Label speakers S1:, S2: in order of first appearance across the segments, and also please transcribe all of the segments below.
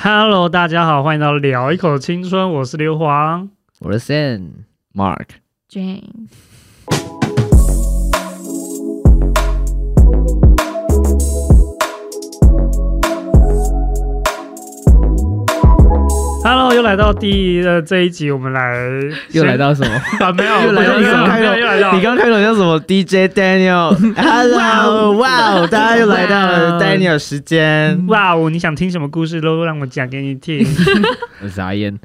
S1: Hello，大家好，欢迎到聊一口青春，我是刘皇。
S2: 我是 Sam Mark，
S3: Jane，
S1: Hello，又来到第呃这一集，我们来
S2: 又来到什 么？
S1: 啊，没有，
S2: 又来到
S1: 没有
S2: 什么
S1: 没有又来到
S2: 你刚开头叫什么？DJ Daniel，Hello，哇哦，大家又来到了 Daniel 时间。
S1: 哇哦，你想听什么故事都让我讲给你 听。
S2: 我是阿燕，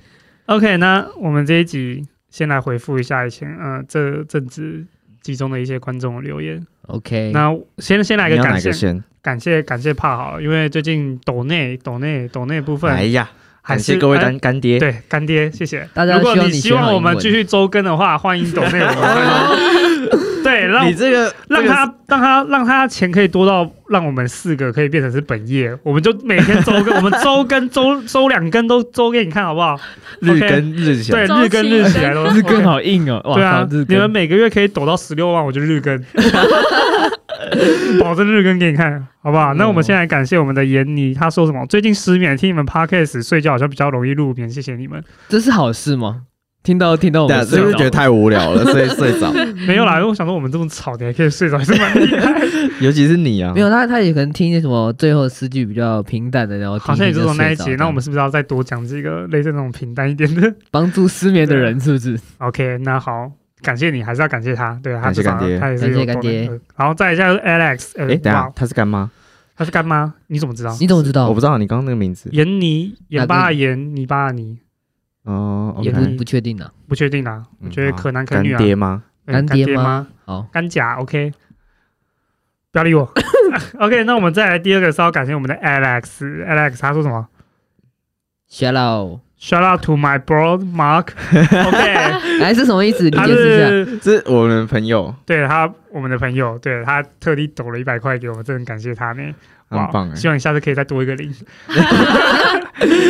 S1: OK，那我们这一集先来回复一下以前呃这阵子集中的一些观众的留言。
S2: OK，
S1: 那先先来一
S2: 哎
S1: 个
S2: 你要
S1: 感
S2: 哪
S1: 谢
S2: 个，先？
S1: 感谢感谢帕好了，因为最近抖内抖内抖内部
S2: 哎
S1: 分
S2: 呀，
S1: 还
S2: 感
S1: 是
S2: 谢各位
S1: 哎
S2: 干干爹。
S1: 对，干爹，谢谢
S2: 大家
S1: 如果
S2: 希望
S1: 你
S2: 你
S1: 希
S2: 学好
S1: 望我们
S2: 英文
S1: 继续周更的话，欢迎抖内我们。 对，让
S2: 你这个
S1: 让
S2: 这个
S1: 他让他让他钱可以多到让我们四个可以变成是本业，我们就每天周 更，我们周更周周两更都周给你看好不好？
S2: 日
S1: OK
S2: 更日起来
S1: 对，
S3: 周
S1: 日更
S3: 期
S1: 日起来都
S4: 日更。好硬哦，哇
S1: 对啊
S4: 靠，日，
S1: 你们
S4: 更
S1: 每个月可以抖到十六万，我就日 更，保证日更给你看，好不
S2: 嗯
S1: 好？那我们先来感谢我们的闫妮，她说什么？最近失眠，听你们 podcast 睡觉好像比较容易入眠，谢谢你们。
S4: 这是好事吗？听到听到我
S2: 对啊，
S4: 们
S2: 是不
S4: 睡
S2: 是
S4: 着
S2: 觉得太无聊了，所以睡着？
S1: 没有啦，因为我想说我们这么吵，你还可以睡着，还是 蛮厉害。
S2: 尤其是你啊，
S4: 没有他，他也可能听见什么最后四句比较平淡的，然后
S1: 好像也
S4: 也
S1: 就从那一集，那我们是不是要再多讲几个类似那种平淡一点的
S4: 帮助失眠的人是不是？
S1: ？OK，那好，感谢你，还是要感谢他，对，啊他
S2: 感谢
S1: 至少
S2: 干爹
S1: 他也是有
S4: 感谢干爹
S1: 动力的。然后再一下就是 Alex，哎
S2: 哎，等一下
S1: 哇，
S2: 她是干妈，
S1: 他是干妈，你怎么知道？
S4: 你怎么知道？
S2: 我不知道你刚刚那个名字。
S1: 盐泥，盐巴的盐，泥巴的泥，
S2: 哦
S4: 也
S2: ，OK，
S4: 不
S1: 嗯
S4: 不确定啊。
S1: 不确定啊，我
S2: 嗯
S1: 觉得
S2: 好
S1: 可男可
S2: 干
S1: 女啊。
S2: 爹吗？
S1: 嗯
S4: 干爹
S1: 干爹
S4: 吗
S1: 吗？
S4: 好，
S1: 干甲，OK，不要理我。OK，那我们再来第二个，稍微感谢我们的 Alex，Alex 他说什么？
S4: 学了，
S1: Shout out to my bro Mark 。OK，
S4: 哎，是什么意思？你
S1: 他
S4: 解释一下。
S1: 是
S2: 这是我们朋友，
S1: 对他我们的朋友，对他特地抖了一百块给我们，真的很感谢他呢。
S2: 很
S1: 哇，
S2: 棒哎。
S1: 希望你下次可以再多一个 零。
S2: 欸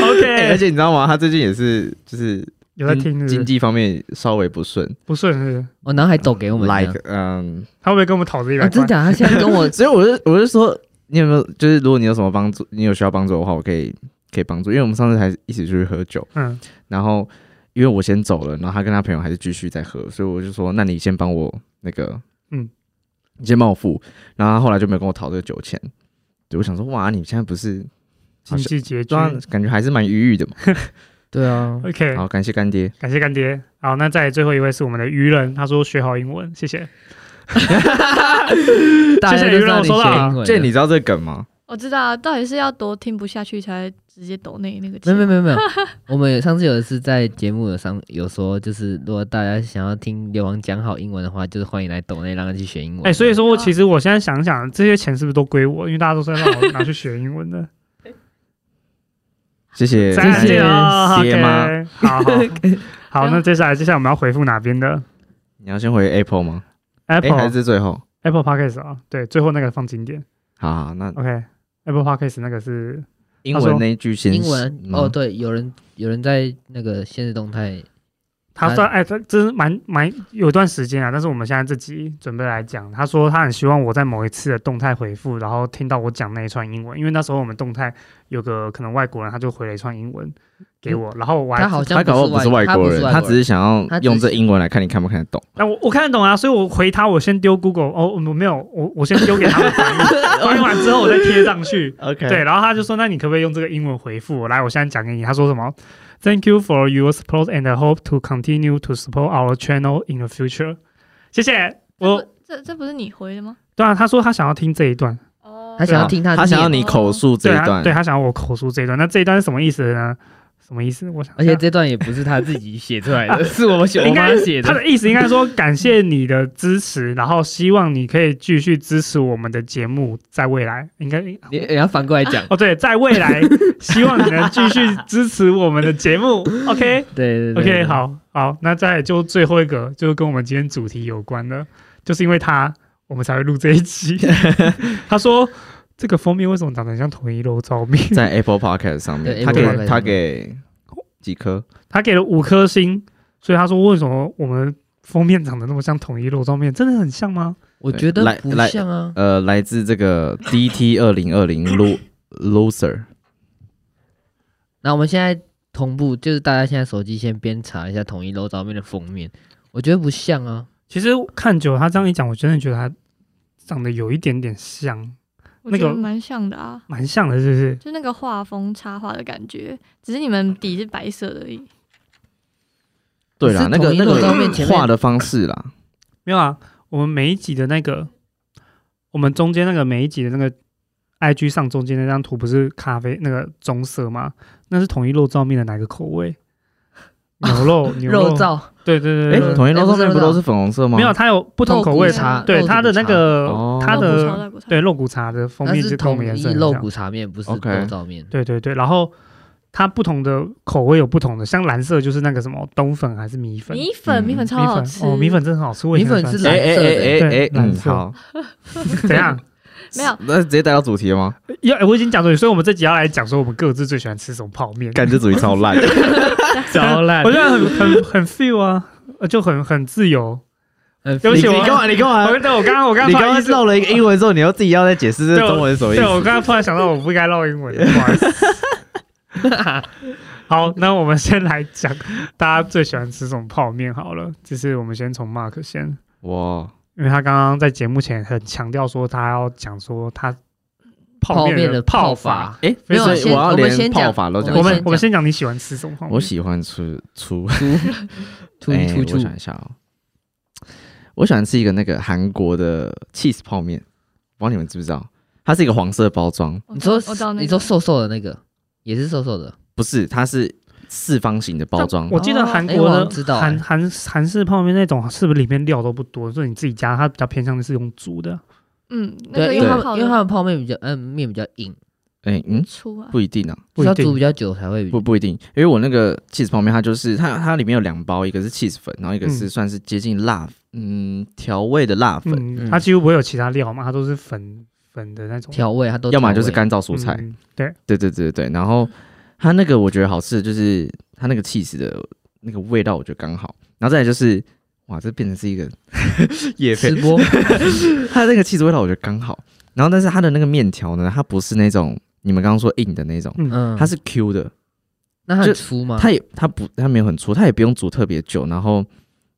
S2: 而
S1: OK，
S2: 且你知道吗？他最近也是就是
S1: 哎有在
S2: 经
S1: 听是
S2: 经
S1: 不是
S2: 济方面稍微不顺
S1: 不顺是不是？
S4: 哦，然后还抖给我们这样
S2: ，like 嗯，
S1: 他会不会跟我们讨这一
S4: 啊
S1: 百
S4: 真
S1: 块？
S4: 假？他现在跟我
S2: 所以我是我是说，你有没有就是如果你有什么帮助，你有需要帮助的话，我可以可以帮助，因为我们上次还一起出去喝酒，
S1: 嗯，
S2: 然后因为我先走了，然后他跟他朋友还是继续在喝，所以我就说，那你先帮我那个，
S1: 嗯
S2: 嗯，你先帮我付，然后他后来就没有跟我讨这个酒钱，对我想说，哇，你现在不是
S1: 经济拮
S2: 对啊
S1: 据。
S2: 感觉还是蛮愉悦的嘛，
S4: 对啊，
S1: OK，
S2: 好，感谢干爹，
S1: 感谢干爹。好，那再来最后一位是我们的愚人，他说学好英文，谢谢。
S4: 大家
S1: 谢谢
S4: 都知
S1: 让
S4: 道
S1: 我
S4: 你
S1: 收到
S4: 学
S1: 啊
S4: 英文
S2: 这
S4: 的。
S2: 你知道这个梗吗？
S3: 我知道，到底是要多听不下去才直接抖那那个
S4: 没
S3: 钱？
S4: 有没有没有没有，我们上次有一次在节目有上有说，就是如果大家想要听刘皇讲好英文的话，就是欢迎来抖内让他去学英文。
S1: 哎、所以说我其实我现在想想，这些钱是不是都归我？因为大家都是让我拿去学英文的。
S2: 谢谢，
S1: 再
S4: 谢谢
S1: 见啊
S2: 谢谢吗
S1: ，OK，好 好好，那接下来接下来我们要回复哪边的
S2: 你要先回 Apple 吗？哎、还
S1: ？Apple
S2: 是最后？
S1: Apple Podcast 啊，对，最后那个放经典
S2: 好好，那
S1: ，OK。Apple Podcast 那个是
S2: 英文那一句先
S4: 英文
S2: 嗯
S4: 哦，对，有人有人在那个现实动态，
S1: 他
S4: 他
S1: 算
S2: 啊
S1: 哎，他真是蛮蛮有段时间啊，但是我们现在这集准备来讲，他说他很希望我在某一次的动态回复，然后听到我讲那一串英文，因为那时候我们动态有个可能外国人他就回了一串英文给我，然后我还
S4: 他好
S2: 嗯他
S4: 像
S2: 搞不好不是外
S4: 外
S2: 国人，
S4: 他
S2: 他只是想
S4: 他
S2: 要
S4: 只是
S2: 用这英文来看你看不看得懂。
S1: 那我我看得懂啊，所以我回他，我先丢 Google 哦，我没有，我我先丢给他 们翻译，翻译完之后我再贴上去。
S2: OK，
S1: 对，然后他就说，那你可不可以用这个英文回复我？来，我现在讲给你。他说什么？Thank you for your support and I hope to continue to support our channel in the future。谢谢我。
S3: 这这不是你回的吗？
S1: 对啊，他说他想要听这一段，
S3: 哦
S4: 他想要听他
S2: 他想要
S4: 念
S2: 你口述这
S1: 对
S2: 一
S1: 他
S2: 段，
S1: 对他想要我口述这一段。那这一段是什么意思呢？什么意思？我想一
S4: 而
S1: 下，
S4: 且这段也不是他自己写出来的，是我写我
S1: 应该
S4: 妈写
S1: 他
S4: 的。
S1: 的意思应该说感谢你的支持，然后希望你可以继续支持我们的节目，在未来应该
S4: 你你要反过来 讲，
S1: 哦对，在未 来希望你能继续支持我们的节目。OK
S4: 对对对
S1: OK，，好好，那再来就最后一个，就是跟我们今天主题有关的，就是因为他我们才会录这一 集。他说这个封面为什么长得很像统一肉照面？
S2: 在 Apple Podcast 上面，
S4: 对
S2: 他
S1: Apple
S2: 给
S4: Podcast
S2: 他给几颗？
S1: 他给了五颗星，所以他说为什么我们封面长得那么像统一肉照面？真的很像吗？
S4: 我觉得
S2: 来
S4: 不
S2: 来
S4: 像啊，
S2: 呃，来自这个 DT 二零二零 Loser
S4: 那我们现在同步，就是大家现在手机先边查一下统一楼照面的封面，我觉得不像啊。
S1: 其实看久了，他这样一讲，我真的觉得他长得有一点点像，
S3: 我
S1: 那
S3: 觉得
S1: 个
S3: 蛮像的啊，
S1: 蛮像的，是不是？
S3: 就那个画风插画的感觉，只是你们底是白色的而已。
S2: 对啦，
S4: 是
S2: 那个
S4: 统一
S2: 那
S4: 楼照
S2: 个
S4: 面前面
S2: 画的方式啦，
S1: 没有啊，我们每一集的那个，我们中间那个每一集的那个 IG 上中间那张图不是咖啡那个棕色吗？那是统一肉燥面的哪个口味？牛 肉，牛
S4: 肉燥
S1: 对对对
S2: 哎
S1: 对，对
S2: 统一楼照
S4: 哎不是
S2: 面不
S4: 肉
S2: 都
S4: 燥
S2: 是粉红色吗？
S1: 没有，它有不同口味
S3: 肉骨茶
S1: 对
S4: 肉
S1: 它的
S4: 骨茶
S1: 那个
S2: 哦
S1: 它
S3: 肉骨
S1: 的
S3: 茶肉骨
S1: 呃
S3: 茶
S1: 对肉骨茶的封
S4: 那
S1: 面
S4: 是
S1: 是跟我
S4: 统
S1: 们颜
S4: 一
S1: 色很
S4: 肉
S1: 像，
S4: 骨茶面，不是
S2: OK
S4: 肉燥面。
S1: 对对对，然后。它不同的口味有不同的，像蓝色就是那个什么冬粉还是米粉？
S3: 米粉，
S2: 嗯
S3: 米粉超
S1: 米
S3: 好
S1: 粉
S3: 吃。
S1: 哦，米粉真的好吃。我以前
S4: 米粉
S1: 很喜
S4: 是
S1: 欢
S2: 哎
S1: 吃
S2: 哎哎哎哎
S1: 对，
S2: 嗯
S1: 蓝，色
S2: 好，
S1: 怎样？
S3: 没有
S2: 那直接带到主题了吗？
S1: 要、欸，我已经讲出去，所以我们这集要来讲说我们各自最喜欢吃什么泡面，
S2: 感觉主题超 烂，
S1: 超烂，我觉得很很很 feel 啊，呃就很很自由。
S4: 很
S1: 对不起
S2: 你
S1: 我
S2: 你干嘛？你干
S4: 呃
S2: 嘛
S1: 我？对我刚刚我刚
S2: 你
S1: 刚
S2: 刚
S1: 突然
S2: 刚
S1: 意识
S2: 漏了一个英文之后，你又自己要再解释这
S1: 对我
S2: 中文是什么意
S1: 对我
S2: 思？
S1: 刚刚突然想到我不该唠英文，不好意思。 好，那我们先来讲大家最喜欢吃什么泡面好了，就是我们先从 Mark 先，
S2: 哇，
S1: 因为他刚刚在节目前很强调说他要讲说他泡
S4: 泡面
S1: 面
S4: 的
S1: 泡
S4: 泡
S1: 法。
S4: 法。
S2: 哎，
S4: 没有啊
S2: 所以
S4: 先
S2: 我要
S4: 我们
S2: 连
S4: 先
S2: 泡
S4: 讲
S2: 法都
S4: 我
S2: 讲
S4: 们
S2: 出
S1: 我
S2: 来。
S1: 们
S4: 先
S1: 我们先讲你喜欢吃什么泡面，
S2: 我喜欢吃粗，
S4: 突
S2: 哎
S4: 一突出
S2: 我，想一下哦，我喜欢吃一个那个韩国的 cheese 泡面，不知道你们知不知道？它是一个黄色包装，
S3: 我
S4: 你
S3: 知道
S4: 说
S3: 哦我知道那个
S4: 你说瘦瘦的那个也是瘦瘦的，
S2: 不是，它是四方形的包装
S1: 我。记得
S3: 哦
S1: 韩
S4: 哎
S1: 国
S4: 我好
S1: 的
S4: 像知道
S1: 韩
S4: 哎
S1: 韩韩式泡面那种是不是里面料都不多？所以你自己加，它比较偏向是用煮的。
S3: 嗯，那个
S4: 对，因为他
S3: 用
S4: 们
S3: 泡
S4: 因为他
S3: 的
S4: 们泡面比较嗯面比较硬，
S2: 哎，嗯，
S3: 粗啊，
S2: 不一定啊，
S1: 不一
S4: 就是要
S1: 定
S4: 煮比较久才会
S2: 不不一定，因为我那个 cheese 泡面，它就是它它里面有两包，一个是 cheese 粉，然后一个是
S1: 嗯
S2: 算是接近辣，嗯，调味的辣粉，
S1: 嗯，
S4: 嗯
S1: 它几乎不会有其他料嘛，它都是粉粉的那种
S4: 调味，它都
S2: 要么就是
S4: 调味
S2: 干燥蔬菜，
S1: 嗯对，
S2: 对对对对，然后它那个我觉得好吃的就是它那个 cheese 的那个味道，我觉得刚好。然后再来就是，哇，这变成是一个 也配
S4: 吃，播
S2: 它那个 cheese 味道我觉得刚好。然后但是它的那个面条呢，它不是那种你们刚刚说硬的那种，
S4: 嗯，
S2: 它是 Q 的，
S4: 那它
S2: 就
S4: 很粗吗？
S2: 它也它不它没有很粗，它也不用煮特别久，然后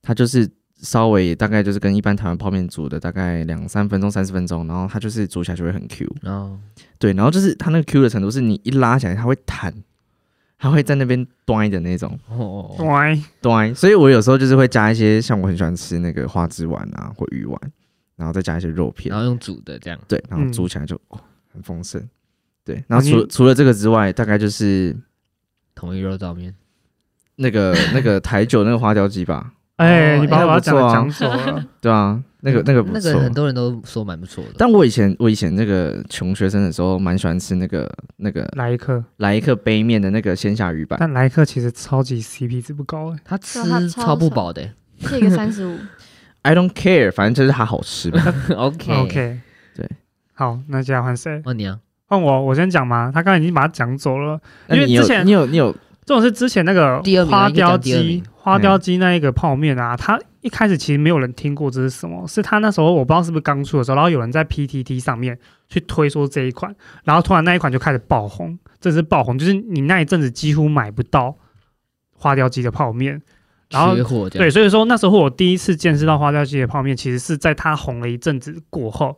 S2: 它就是稍微大概就是跟一般台湾泡面煮的大概两三分钟、三十分钟，然后它就是煮起来就会很 Q。
S4: 哦，
S2: 对，然后就是它那个 Q 的程度是你一拉起来它会弹，它会在那边端的那种
S4: 哦哦哦
S1: 对，
S2: 端，所以我有时候就是会加一些像我很喜欢吃那个花枝丸啊或鱼丸，然后再加一些肉片
S4: 然，后用煮的这样，
S2: 对，然后
S1: 嗯
S2: 煮起来就、哦很丰盛。对，然后
S1: 啊
S2: 除、
S1: 你
S2: 除了这个之外，大概就是
S4: 统一肉燥面。
S2: 那个那个台酒那个花雕鸡吧，
S1: 哎，
S4: 哦
S1: 你把
S2: 哎
S1: 我要讲的
S2: 那不错啊
S1: 讲走 了，
S2: 对啊，那个那个不
S4: 嗯那
S2: 错。
S4: 个很多人都说蛮不错的，
S2: 但我以前我以前那个穷学生的时候，蛮喜欢吃那个那个
S1: 来一克，
S2: 来一克杯面的那个鲜虾鱼板，
S1: 但来一克其实超级 CP 值不高哎，
S4: 他吃
S3: 对它超
S4: 超不饱的 欸。
S3: 这个三 十五，
S2: I don't care，反正就是它好吃嘛。
S4: OK
S1: OK，
S2: 对，
S1: 好，那接下来换谁？
S4: 问你啊，
S1: 换我，我先讲嘛。他刚才已经把它讲走了，
S2: 那
S1: 因为
S2: 你有
S1: 之前
S2: 你有你有
S1: 这种是之前那个
S4: 第二名啊
S1: 花雕
S4: 应该讲第二
S1: 鸡
S4: 名，嗯
S1: 花雕鸡那一个泡面啊，它一开始其实没有人听过这是什么，是他那时候我不知道是不是刚出的时候，然后有人在 PTT 上面去推说这一款，然后突然那一款就开始爆红，这是爆红，就是你那一阵子几乎买不到花雕鸡的泡面，然后
S4: 缺货这
S1: 对，
S4: 样，
S1: 所以说那时候我第一次见识到花雕鸡的泡面，其实是在它红了一阵子过后，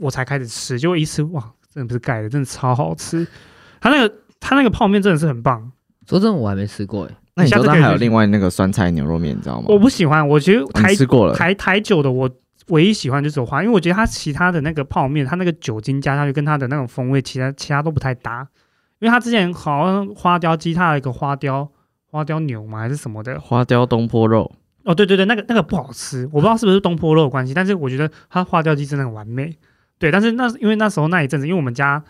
S1: 我才开始吃。结果一吃，哇，真的不是盖的，真的超好吃。它那个它那个泡面真的是很棒。
S4: 说真的我还没吃过哎，
S2: 那你知
S1: 下
S2: 道
S1: 次
S2: 它
S1: 可以
S2: 还有
S1: 去
S2: 另外那个酸菜牛肉面，你知道吗？
S1: 我不喜欢，我觉得
S2: 啊
S1: 台
S2: 你吃过了，
S1: 台台酒的我唯一喜欢就是花，因为我觉得它其他的那个泡面，它那个酒精加上去跟它的那种风味，其他其他都不太搭。因为它之前好像花雕鸡，它有一个花雕花雕牛嘛还是什么的，
S2: 花雕东坡肉，
S1: 哦，对对对，那个那个不好吃，我不知道是不是东坡肉的关系，但是我觉得它花雕鸡真的很完美。对，但是那因为那时候那一阵子，因为我们家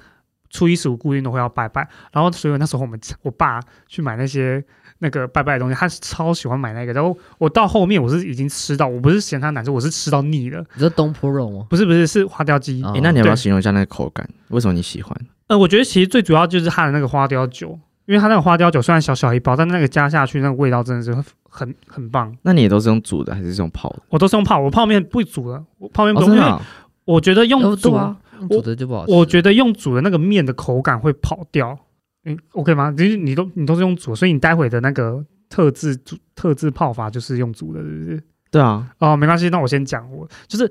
S1: 初一十五固定都会要拜拜，然后所以那时候我们我爸去买那些那个拜拜的东西，他超喜欢买那个。然后我到后面我是已经吃到，我不是嫌它难吃，我是吃到腻了。
S4: 你说东坡肉吗？
S1: 不是不是，是花雕鸡。
S4: 哦
S2: 哎，那你要不要
S1: 对
S2: 形容一下那个口感？为什么你喜欢？
S1: 呃，我觉得其实最主要就是它的那个花雕酒，因为它那个花雕酒虽然小小一包，但那个加下去那个味道真的是很很棒。
S2: 那你也都是用煮的还是用泡的？
S1: 我都是用泡，我泡面不煮了，我泡面不
S2: 哦，
S1: 用，
S2: 真
S1: 因
S2: 的
S1: 为
S2: 啊，
S1: 我觉得
S4: 要
S1: 用
S4: 不
S1: 煮，
S4: 对啊，用煮的就不好吃。
S1: 我觉得用煮的那个面的口感会跑掉。嗯，OK 吗？就是你都你都是用煮，所以你待会的那个特制煮特制泡法就是用煮的，是不是？
S2: 对啊，
S1: 哦，没关系，那我先讲，我就是，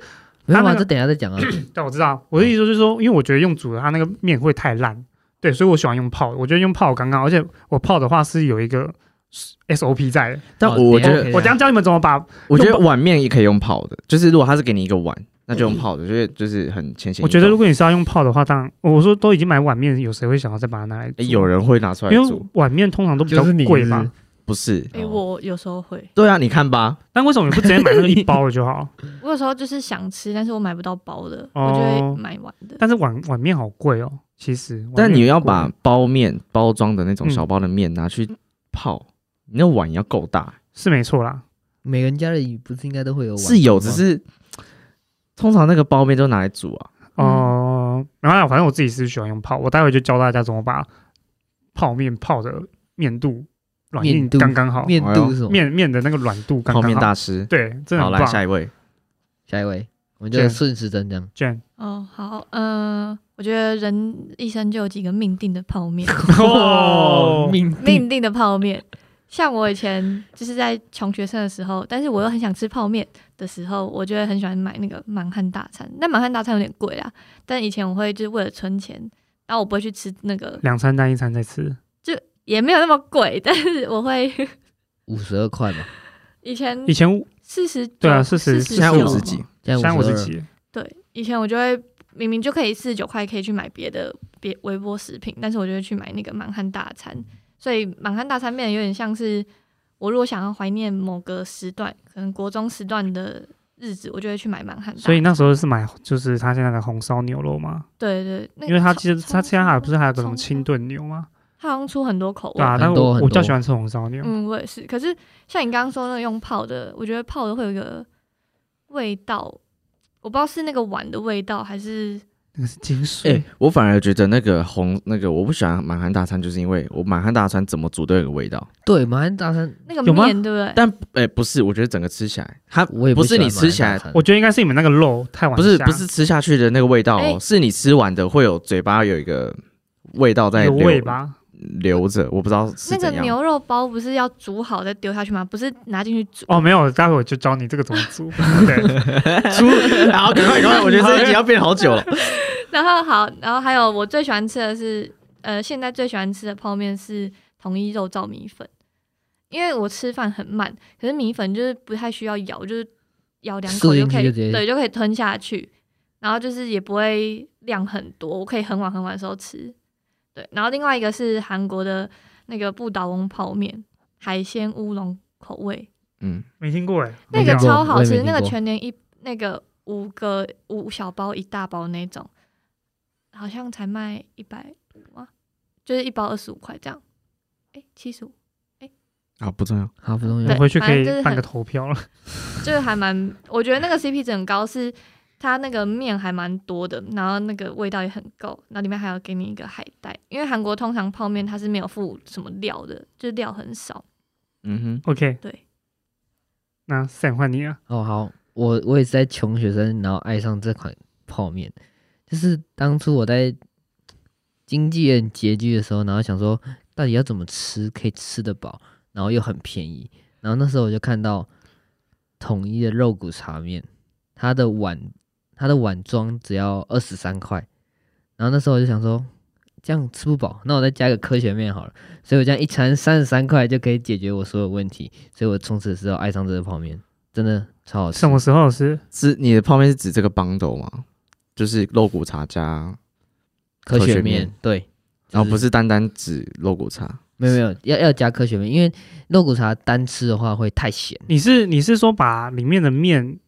S4: 没有
S1: 他那
S4: 啊，
S1: 个
S4: 这等一下再讲啊。
S1: 但我知道我的意思就是说，因为我觉得用煮的它那个面会太烂，对，所以我喜欢用泡的，我觉得用泡刚刚，而且我泡的话是有一个 SOP 在的。
S2: 但
S4: 哦
S2: 我我
S4: 等
S2: 觉
S4: 一下
S2: 得
S4: 可以
S1: 我将教你们怎么把，
S2: 我觉得碗面也可以用泡的，就是如果他是给你一个碗，那就用泡的，就是就是很浅显易
S1: 嗯
S2: 懂。
S1: 我觉得如果你是要用泡的话，当然我说都已经买碗面，有谁会想要再把它拿来煮？
S2: 诶有人会拿出来
S1: 因为
S2: 煮，
S1: 碗面通常都比较
S4: 就是你
S1: 贵
S4: 是
S1: 嘛，
S2: 不是？
S1: 哦
S3: 哎，我有时候会，
S2: 对啊，你看吧，
S1: 但为什么你不直接买那个一包的就 好？
S3: 我有时候就是想吃，但是我买不到包的，
S1: 哦
S3: 我就会买碗的。
S1: 但是碗碗面好贵哦，其实。碗面
S2: 但你要
S1: 很贵
S2: 把包面包装的那种
S1: 嗯
S2: 小包的面拿去泡，你那碗也要够大，欸
S1: 是没错啦，
S4: 每个人家里不是应该都会有碗
S2: 是有，
S4: 吗
S2: 只是通常那个包面都拿来煮啊。
S4: 嗯
S1: 哦、然后反正我自己是喜欢用泡，我待会就教大家怎么把泡面泡的面度软硬
S4: 面度
S1: 刚刚好，
S4: 面
S2: 哎
S4: 度是什么？
S1: 面面的那个软度刚
S2: 泡
S1: 刚好。
S2: 面大师，
S1: 对，真的
S2: 好
S1: 很
S2: 来
S1: 棒
S2: 下。一位，
S4: 下一位，我们
S1: 这
S4: 就
S1: 样
S4: 顺时针这 样。
S1: Jane，
S3: 哦，好，呃，我觉得人一生就有几个命定的泡面，
S1: 哦
S4: 命定
S3: 命定的泡面。像我以前就是在穷学生的时候，但是我又很想吃泡面的时候，我就会很喜欢买那个满汉大餐。但满汉大餐有点贵啦，但以前我会就是为了存钱，然后我不会去吃那个，
S1: 两餐单一餐再吃，
S3: 也没有那么贵，但是我会
S4: 五十二块嘛，
S3: 以前
S1: 以前
S3: 四十
S1: 对啊
S3: 四
S1: 40
S3: 十
S2: 现在五
S1: 59
S2: 十几，
S4: 现在
S1: 三五十
S4: 52，
S1: 几，
S3: 对，以前我就会明明就可以四十九块可以去买别的别微波食品，但是我就会去买那个满汉大餐。所以满汉大餐变得有点像是我如果想要怀念某个时段，可能国中时段的日子，我就会去买满汉大餐。
S1: 所以那时候是买就是他现在的红烧牛肉嘛，
S3: 对对，那
S1: 因为他
S3: 葱
S1: 其实他现在还不是还有个什么
S3: 葱
S1: 清炖牛吗？
S3: 它好像出很多口味
S1: 对。啊，但
S4: 很多
S1: 我
S4: 很
S1: 我比较
S4: 多
S1: 喜欢吃红烧牛。
S3: 嗯，我也是。可是像你刚刚说那个用泡的，我觉得泡的会有一个味道，我不知道是那个碗的味道还是
S1: 那个是金属
S2: 哎、我反而觉得那个红那个我不喜欢满汉大餐，就是因为我满汉大餐怎么煮都有个味道。
S4: 对，马汉大餐
S3: 那个
S1: 有吗
S3: 面，对不对？
S2: 但哎、不是，我觉得整个吃起来，它
S4: 我也
S2: 不是
S4: 喜欢
S2: 你吃起来
S4: 马汉大餐
S1: 我觉得应该是你们那个肉太晚
S2: 不是
S1: 下
S2: 不是吃下去的那个味道哦，
S3: 哎
S2: 是你吃完的会有嘴巴有一个味道在
S1: 有
S2: 流
S1: 味吧？
S2: 流着，我不知道是
S3: 那个
S2: 怎样。
S3: 牛肉包不是要煮好再丢下去吗？不是拿进去煮。
S1: 哦，没有，待会我就教你这个怎么 煮。对，
S2: 出 好，赶快赶快，我觉得这一集要变好久了。
S3: 然后好，然后还有我最喜欢吃的是，呃，现在最喜欢吃的泡面是统一肉燥米粉，因为我吃饭很慢，可是米粉就是不太需要咬，就是咬两口
S4: 吃
S3: 就
S4: 进去
S3: 可以，
S4: 就直接
S3: 对，就可以吞下去，然后就是也不会量很多，我可以很晚很晚的时候吃。对，然后另外一个是韩国的那个不倒翁泡面，海鲜乌龙口味，
S2: 嗯，
S1: 没听过哎，
S3: 那
S4: 没
S3: 个
S4: 听过
S3: 超好
S4: 我也
S3: 吃，
S4: 没
S3: 那个
S4: 听过
S3: 全年一那个五个五小包一大包那种，好像才卖一百五啊，就是一包二十五块这样，哎、7七十五，
S2: 啊，不重要。
S4: 好不重
S1: 我
S4: 要
S3: 对，
S1: 回去可
S3: 反正
S1: 以
S3: 就是
S1: 办个
S3: 很
S1: 投票了。
S3: 就是还蛮，我觉得那个 CP 值很高，是它那个面还蛮多的，然后那个味道也很够，然后里面还有给你一个海带，因为韩国通常泡面它是没有附什么料的，就是料很少，
S2: 嗯
S1: OK，
S3: 对，
S1: 那 Sam 换你啊。
S4: 哦，好，我我也是在穷学生，然后爱上这款泡面。就是当初我在经济很拮据的时候，然后想说到底要怎么吃可以吃得饱，然后又很便宜。然后那时候我就看到统一的肉骨茶面，它的碗它的碗装只要二十三块。然后那时候我就想说，这样吃不饱，那我再加一个科学面好了。所以我这样一餐三十三块就可以解决我所有问题。所以我从此之后爱上这个泡面，真的超好吃。
S1: 什么时候是
S2: 哼，是你的泡面是指这个 bundle 吗？就是肉骨茶加，
S4: 科
S2: 科学
S4: 学
S2: 面
S4: 面，对，
S2: 然
S4: 就
S2: 后
S4: 是
S2: 不是单单指肉骨茶。
S4: 没有没有，要要加科学面，因为肉骨茶单吃的话会太咸。
S1: 你是你是说把里面的面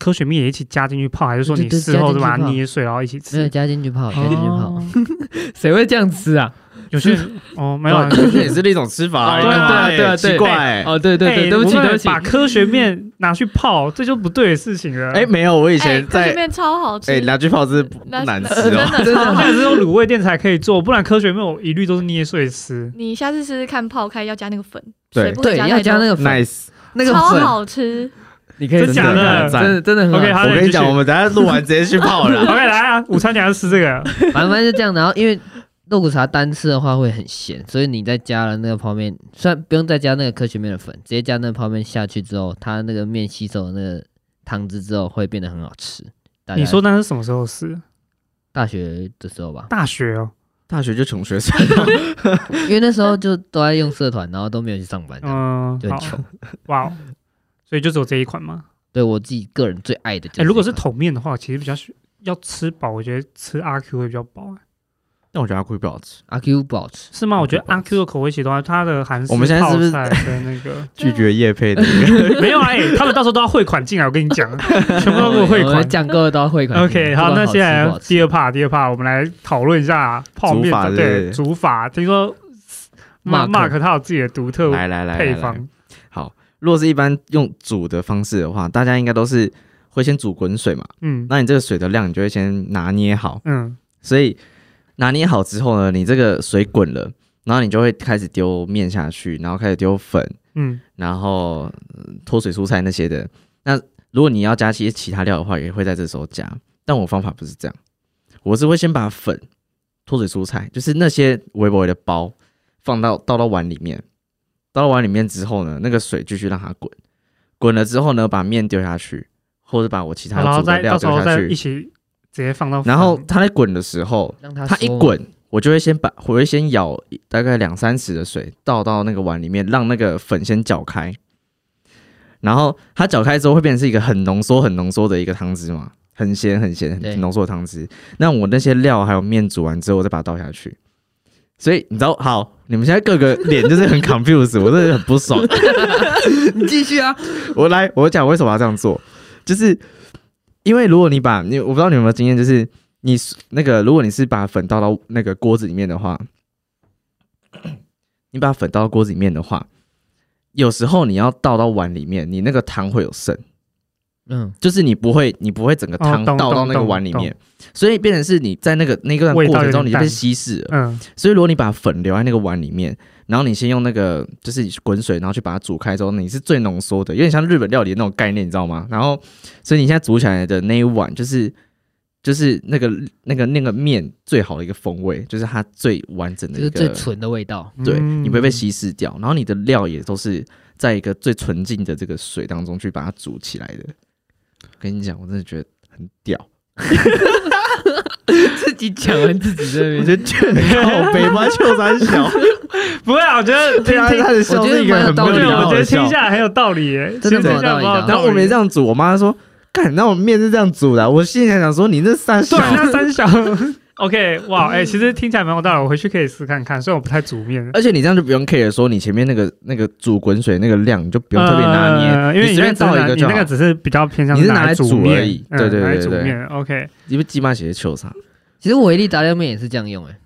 S1: 科学面也一起加进去泡，还是说
S4: 对
S1: 你
S4: 对
S1: 事后就把
S4: 加进去
S1: 它
S4: 泡
S1: 捏碎然后一起吃
S4: 没有？加进去泡，加进去泡，
S1: 哦，
S4: 谁会这样吃啊？
S1: 有些人哦没有啊，
S2: 这也是另一种吃法
S1: 啊
S2: 啊。
S1: 对啊
S2: 哎
S4: 对啊对啊
S2: 奇怪。
S4: 哦，对对
S1: 哎
S4: 对，对不起
S1: 我们
S4: 对不起，
S1: 把科学面拿去泡，这就不对的事情了。
S2: 哎，没有，我以
S3: 哎、
S2: 前
S3: 科
S2: 在
S3: 学面超好吃，
S2: 哎，拿去泡是不不
S3: 拿
S2: 难吃
S3: 真
S2: 哦。
S3: 的超好
S1: 那
S3: 吃
S1: 个。是用卤味店才可以做，不然科学面我一律都是捏碎吃。
S3: 你下次试试看泡开要加那个粉，
S2: 对
S3: 水不
S4: 对，
S3: 能
S4: 要加
S3: 太
S4: 那
S3: 多
S4: 个粉，
S2: Nice。
S4: 那个
S3: 超
S4: 粉，
S3: 好吃。
S4: 你可以
S1: 真
S4: 真
S1: 假的
S4: 的真的真的很
S1: OK，
S4: 好
S1: 好
S2: 我跟你讲，
S1: 继续
S2: 我们等一下录完直接去泡了。
S1: OK，来啊，午餐你要吃这个，
S4: 吃，反正就这样。然后因为肉骨茶单吃的话会很咸，所以你再加了那个泡面，虽然不用再加那个科学面的粉，直接加那个泡面下去之后，它那个面吸收那个汤汁之后会变得很好吃。大家
S1: 你说那是什么时候的事？，
S4: 大学的时候吧
S1: 大学哦，
S2: 大学就穷学生，
S4: 因为那时候就都在用社团，然后都没有去上班这样，
S1: 嗯，
S4: 就很
S1: 好，
S4: 穷。
S1: 哇哦，所以就只有这一款吗？
S4: 对我自己个人最爱的就
S1: 哎、如果是
S4: 这款
S1: 桶面的话，其实比较需要吃饱，我觉得吃阿 Q 会比较饱、哎
S2: 但我觉得阿贵不好吃，
S4: 阿 Q 不好吃，
S1: 是吗？我觉得
S4: 不好
S1: 阿
S4: 吃
S1: Q 的口味其实都还它的韩式
S2: 我们现在是不是
S1: 泡菜的那个
S3: 啊
S2: 拒绝叶配的一个。
S1: 没有啊？哎、他们到时候都要汇款进来，我跟你讲，啊全部都给我汇
S4: 我们
S1: 款。
S4: 讲过的都要汇
S2: 哎
S4: 款。
S1: OK，
S4: 不管
S1: 好，那
S4: 吃
S1: 现
S4: 不
S1: 在
S4: 好吃
S1: 第二 part，第二 part，我们来讨论一下泡面
S2: 煮法
S1: 的
S2: 对
S1: 对煮法。听说马
S4: Mark
S1: 马克他有自己的独特
S2: 来来来，
S1: 配
S2: 来
S1: 方，
S2: 如果是一般用煮的方式的话，大家应该都是会先煮滚水嘛。
S1: 嗯
S2: 那你这个水的量，你就会先拿捏好。
S1: 嗯
S2: 所以拿捏好之后呢，你这个水滚了，然后你就会开始丢面下去，然后开始丢粉，
S1: 嗯，
S2: 然后嗯脱水蔬菜那些的。那如果你要加些其他料的话，也会在这时候加。但我方法不是这样，我是会先把粉、脱水蔬菜，就是那些微波的包，放到倒到碗里面，倒到碗里面之后呢，那个水继续让它滚，滚了之后呢，把面丢下去，或者把我其他
S1: 然后
S2: 要煮的
S1: 再
S2: 料
S1: 到时
S2: 丢
S1: 候
S2: 下
S1: 再一
S2: 去。
S1: 起直接放到饭，
S2: 然后它在滚的时候，
S4: 让它
S2: 它一
S4: 缩嘛，
S2: 滚，我就会先把，我会先舀一大概两三匙的水倒到那个碗里面，让那个粉先搅开。然后它搅开之后会变成是一个很浓缩、很浓缩的一个汤汁嘛，很咸、很咸、
S4: 对
S2: 很浓缩的汤汁。那我那些料还有面煮完之后，我再把它倒下去。所以你知道，好，你们现在各个脸就是很 confused，我真的很不爽。
S4: 你继续啊。
S2: 我来，我讲为什么要这样做，就是因为如果你把你，我不知道你有没有经验，就是你那个，如果你是把粉倒到那个锅子里面的话，你把粉倒到锅子里面的话，有时候你要倒到碗里面，你那个汤会有剩，
S4: 嗯，
S2: 就是你不会，你不会整个汤
S1: 哦懂
S2: 倒到
S1: 懂
S2: 那个
S1: 懂
S2: 碗里面，所以变成是你在那个那个
S1: 味道
S2: 过程
S1: 有
S2: 中
S1: 点
S2: 你就被
S1: 淡
S2: 稀释了。
S1: 嗯
S2: 所以如果你把粉留在那个碗里面，然后你先用那个就是滚水，然后去把它煮开之后，你是最浓缩的，有点像日本料理的那种概念，你知道吗？然后，所以你现在煮起来的那一碗就是就是那个那个那个面最好的一个风味，就是它最完整的
S4: 这
S2: 一
S4: 是最
S2: 个，
S4: 纯的味 道。
S2: 对，你不会被
S1: 嗯
S2: 稀释掉，然后你的料也都是在一个最纯净的这个水当中去把它煮起来的。跟你讲，我真的觉得很屌，
S4: 自己讲完自己这
S2: 我觉得觉得好北妈秀三小。
S1: 不会啊，我觉得听
S2: 对啊，
S1: 听
S2: 他的笑是一个很
S4: 我
S1: 我觉
S4: 觉
S1: 得
S4: 得
S1: 我
S4: 蛮有道
S1: 觉
S4: 理的
S1: 得听下来很有道理耶，
S4: 真的
S1: 听
S4: 蛮有
S1: 下来
S4: 道理的
S1: 蛮有
S2: 然后我没这样煮，我妈说：“干，那我面是这样煮的啊。”我心里想说：“你这三小
S1: 对，，啊那三小 OK，哇，哎、其实听起来蛮有道理，我回去可以试看看。虽然我不太煮面，
S2: 而且你这样就不用 care 说你前面那个那个煮滚水那个量，你就不用特别拿捏，
S1: 呃因为
S2: 你
S1: 你
S2: 随
S1: 那
S2: 便
S1: 只是
S2: 倒一
S1: 拿
S2: 个
S1: 你
S2: 就好
S1: 那。个只是比较偏向
S2: 你是拿
S1: 拿
S2: 来
S1: 煮
S2: 煮
S1: 面
S2: 而已
S1: 嗯
S2: 对对
S1: 拿来
S2: 对
S1: 煮
S2: 对
S1: 面。OK，
S2: 因为鸡妈写的球啥
S4: 其实维力炸酱面也是这样用、欸，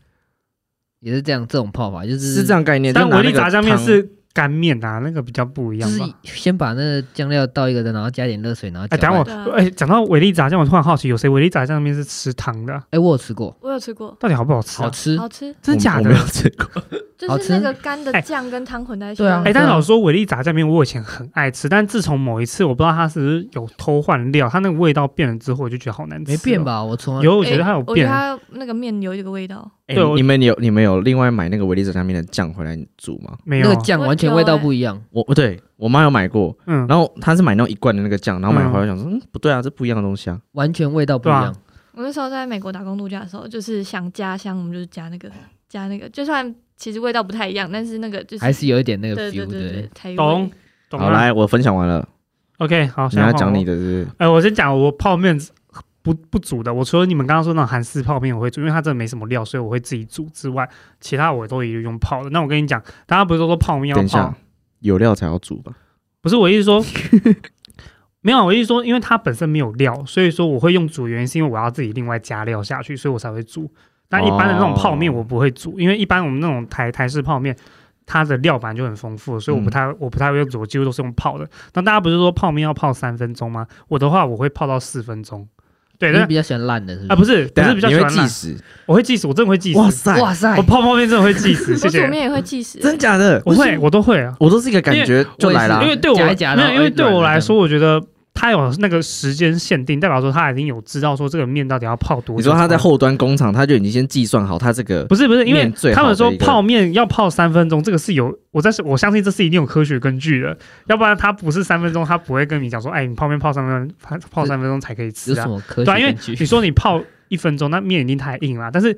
S4: 也是这样这种泡法，就是
S2: 是这，样概念，
S1: 嗯但
S2: 就拿
S1: 维
S2: 那个
S1: 力炸酱面
S2: 汤
S1: 是干面啊，那个比较不一
S4: 就
S1: 样
S4: 是
S1: 吧。
S4: 先把那个酱料倒一个的，然后加点热水，然后
S1: 哎、
S4: 搅
S1: 等一下
S4: 拌。
S3: 搅
S1: 我，哎、讲到维力炸酱，我突然好奇，有谁维力炸酱面是吃汤的啊？
S4: 哎、我有吃过，
S3: 我有吃过，
S1: 到底好不好吃、
S4: 好
S1: 啊？
S4: 吃，
S3: 好吃，
S1: 真的假
S2: 我
S1: 的
S2: 没？有吃过，
S3: 就
S4: 好
S3: 是
S4: 吃
S3: 那个干的
S1: 哎
S3: 酱跟汤混在一起
S4: 对啊
S3: 的。
S1: 哎、但是老实说，维力炸酱面我以前很爱吃，但自从某一次，我不知道它是不是有偷换料，它那个味道变了之后，我就觉得好难吃。哦
S4: 没变？吧？我从来
S1: 有，我觉得它
S3: 哎
S1: 有
S3: 我觉
S1: 变
S3: 得。它那个面有一个味道，
S2: 哎
S1: 对我
S2: 你们有你们有另外买那个维力炸酱面的酱回来煮吗？
S1: 没
S4: 那
S1: 有啊欸
S4: 个，酱完全味道不一样。
S2: 我不对我妈有买过，
S1: 嗯，
S2: 然后她是买那种一罐的那个酱，然后买
S1: 嗯
S2: 回来想说，嗯，不对啊，这不一样的东西啊。
S4: 完全味道不一样，
S3: 我那时候在美国打工度假的时候，就是想加香，我们就是加那个加那个，就算其实味道不太一样，但是那个就是
S4: 还是有一点那个
S3: 对
S4: feel
S3: 对对对，台
S1: 懂
S3: 味。
S1: 懂啊
S2: 好，
S1: 了。
S2: 来，我分享完了，
S1: OK，好，
S2: 你要
S1: 现在换
S2: 讲
S1: 我
S2: 你。的是不是
S1: 哎、我先讲我泡面不不煮的，我除了你们刚刚说那种韩式泡面我会煮，因为它真的没什么料，所以我会自己煮之外，其他我都一律用泡的。那我跟你讲，大家不是都说泡面要
S2: 等一
S1: 泡
S2: 下，，有料才要煮吧？
S1: 不是我意思说。没有，我意思说，因为它本身没有料，所以说我会用煮，原因是因为我要自己另外加料下去，所以我才会煮。那一般的那种泡面
S2: 哦
S1: 我不会煮，因为一般我们那种台台式泡面，它的料本来就很丰
S2: 嗯
S1: 富，所以我不太、我不太会煮，我几乎都是用泡的。那大家不是说泡面要泡三分钟吗？我的话我会泡到四分钟。对，
S4: 你
S1: 但
S4: 比较喜欢烂的，是
S1: 哎啊
S4: 不
S1: 不
S4: 是？
S1: 是不
S2: 等一
S1: 是
S2: 下
S1: 比较
S2: 你
S1: 喜
S2: 会
S1: 欢
S2: 计
S1: 辣，
S2: 时，
S1: 我会计时，我真的会计时。
S2: 塞
S4: 哇塞
S1: 我，泡泡面真的会计 时，谢
S3: 我煮
S1: 谢。
S3: 面也会欸计时，
S2: 真假的？
S1: 我会我都会啊。
S2: 我都是一个感觉就来
S4: 啊
S2: 了
S1: 因，为对我
S4: 夹一夹
S1: 没
S4: 然
S1: 有，
S4: 后
S1: 因为对我来说，我觉得它有那个时间限定，代表说他已经有知道说这个面到底要泡多久。
S2: 你说他在后端工厂，他就已经先计算好他这个
S1: 不是不是，因为
S2: 面最好
S1: 他们说
S2: 的一个
S1: 泡面要泡三分钟，这个是有我在我相信这是一定有科学根据的，要不然他不是三分钟，他不会跟你讲说，哎，你泡面泡三分钟，泡泡三分钟才可以吃
S4: 有
S1: 啊
S4: 什。么科学
S1: 对啊，因为
S4: 根据？
S1: 你说你泡一分钟，那面一定太硬啦。但是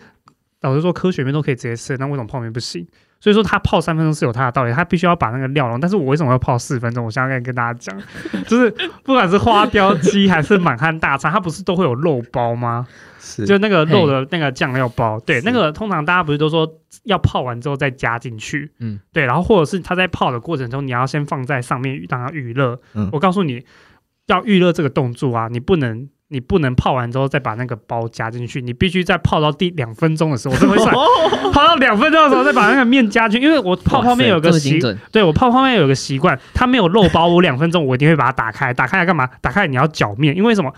S1: 老实说，科学面都可以直接吃，那为什么泡面不行？所以说它泡三分钟是有它的道理，它必须要把那个料融。但是我为什么要泡四分钟？我现在跟大家讲，就是不管是花雕鸡还是满汉大餐，它不是都会有肉包吗？
S2: 是
S1: 就那个肉的那个酱料包，对，
S2: 是
S1: 那个通常大家不是都说要泡完之后再加进去，
S4: 嗯
S1: 嗯，对，然后或者是它在泡的过程中，你要先放在上面让它预热。
S2: 嗯
S1: 我告诉你，要预热这个动作啊，你不能。你不能泡完之后再把那个包加进去，你必须在泡到第两分钟的时候，我这么会算，泡到两分钟的时候再把那个面加进去。因为我泡泡面有
S4: 这
S1: 个
S4: 么
S1: 习
S4: 精准，
S1: 对我泡泡面有个习惯，它没有肉包，我两分钟我一定会把它打开。打开来干嘛？打开来你要搅面，因为什么？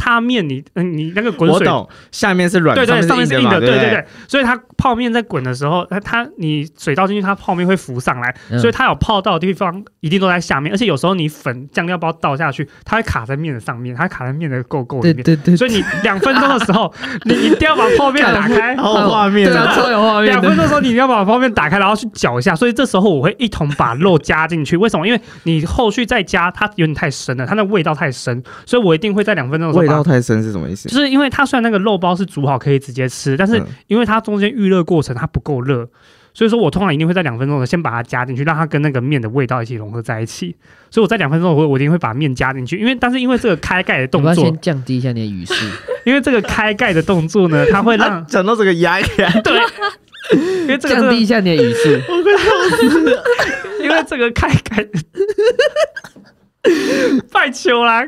S1: 它面你嗯你那个滚
S2: 我
S1: 水，
S2: 懂，下面是软，
S1: 对对，上面是
S2: 是
S1: 硬的，
S2: 嘛，
S1: 对
S2: 对不
S1: 对。所以它泡面在滚的时候，它它你水倒进去，它泡面会浮上来，
S4: 嗯
S1: 所以它有泡到的地方一定都在下面，而且有时候你粉酱料包倒下去，它会卡在面的上面，它会卡在面的垢垢
S4: 嗯对
S1: 里面。
S4: 对对，
S1: 所以你两分钟的时候， 你一定要把泡面打 开，
S2: 好有画面
S4: 对啊，
S2: 啊！
S4: 超有画面
S1: 两分
S4: 的。
S1: 钟的时候，你一定要把泡面打开，然后去搅一下。所以这时候我会一同把肉加进去。为什么？因为你后续再加，它有点太深了，它那味道太深，所以我一定会在两分钟的时候
S2: 味
S1: 把
S2: 道。太深是什么意思
S1: 就？是因为它虽然那个肉包是煮好可以直接吃，但是
S2: 嗯
S1: 因为它中间预热过程它不够热，所以说我通常一定会在两分钟的先把它加进去，让它跟那个面的味道一起融合在一起。所以我在两分钟的时候，我一定会把面加进去，因为但是因为这个开盖的动
S4: 我 要
S1: 作
S4: 先，降低一下你的语速，
S1: 因为这个开盖的动作呢，它会让
S2: 啊讲到这个牙牙，
S1: 对，因为 这个
S4: 降
S1: 真的
S4: 低一下你的 语速。
S1: 因为这个开开， 拜求啦！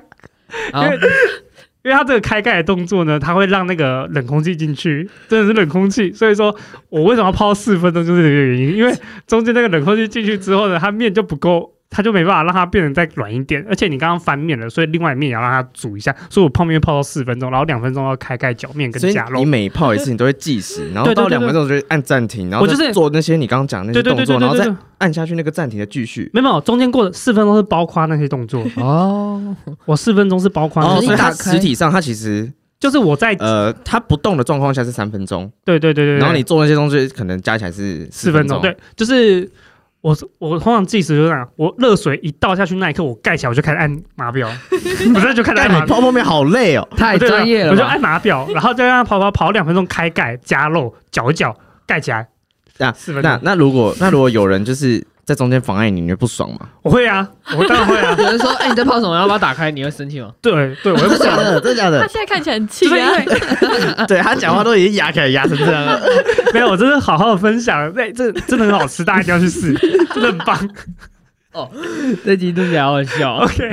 S4: 好，
S1: 因为它这个开盖的动作呢，它会让那个冷空气进去，真的是冷空气。所以说我为什么要泡四分钟，就是这个原因，因为中间那个冷空气进去之后呢，它面就不够。它就没办法让它变得再软一点，而且你刚刚翻面了，所以另外一面也要让它煮一下。所以我泡面泡到四分钟，然后两分钟要开盖搅面跟
S2: 所以
S1: 夹肉
S2: 你。每泡一次，你都会计时，然后
S1: 对对
S2: 到
S1: 对
S2: 两分钟就按暂停，然后
S1: 我就是
S2: 再做那些你刚刚讲的那
S1: 对
S2: 些
S1: 对对
S2: 动
S1: 对
S2: 作，然
S1: 对
S2: 后
S1: 对
S2: 再
S1: 对，
S2: 按下去那个暂停的继续。
S1: 没有没有，中间过的四分钟是包括那些动作，
S4: 哦，
S1: 我四分钟是包括那些动
S2: 哦，
S1: 作，
S2: 所以
S4: 打
S2: 它
S4: 开
S2: 实体上它其实
S1: 就是我在
S2: 呃它不动的状况下是三分钟，
S1: 对对对对，对
S2: 然后你做那些东西可能加起来是
S1: 四
S2: 四
S1: 分
S2: 分
S1: 钟，
S2: 钟，
S1: 对，就是我我通常计时就是这样，我热水一倒下去那一刻，我盖起来我就开始按码 表，我这就开始按
S2: 干。但
S1: 码表。
S2: 你泡泡面好累哦，
S4: 太
S1: 我就
S4: 专业了
S1: 我就
S4: 吧？
S1: 按码表，然后再让它跑跑跑两分钟，开盖加肉搅一搅，盖起来。
S2: 那
S1: 四分
S2: 那
S1: 钟，
S2: 那如果那如果有人就是在中间妨碍你，你会不爽吗？
S1: 我会啊，我当然会 啊，
S4: 有人说，哎，你在泡什么？然后把它打开，你会生气 吗？
S1: 对对，我会不爽。
S2: 的，真的假
S3: 他？现在看起来很气
S1: 就是因
S3: 啊，
S1: 为
S2: 对他讲话都已经压起来压成这样了。
S1: 没有，我真的好好的分享，对，这真的很好吃，大家一定要去试， 真的很棒。
S4: 这集听起来好好笑。
S1: OK，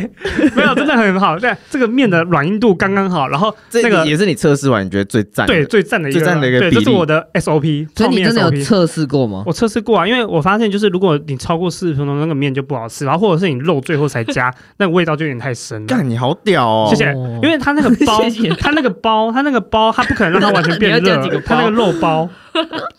S1: 没有，真的很好。对，这个面的软硬度刚刚好，然后
S2: 这
S1: 那个
S2: 个也是你测试完你觉得最赞的。
S1: 对最赞的一个，
S2: 最赞的一个
S1: 对，
S2: 比
S1: 这
S2: 例
S1: 是我的 SOP，
S4: 所
S1: 泡
S4: 以你
S1: 面
S4: 真的
S1: SOP
S4: 有测试过吗？
S1: 我测试过啊，因为我发现就是如果你超过四十分钟，那个面就不好吃，然后或者是你肉最后才 加，那个味道就有点太深了。
S2: 干你好屌哦！
S1: 谢谢，
S4: 哦
S1: 因为它那个包
S4: 谢谢，
S1: 它那个包，它那个包，它不可能让它完全 变
S4: 你要讲几个
S1: 热
S4: 包，
S1: 它那个肉包，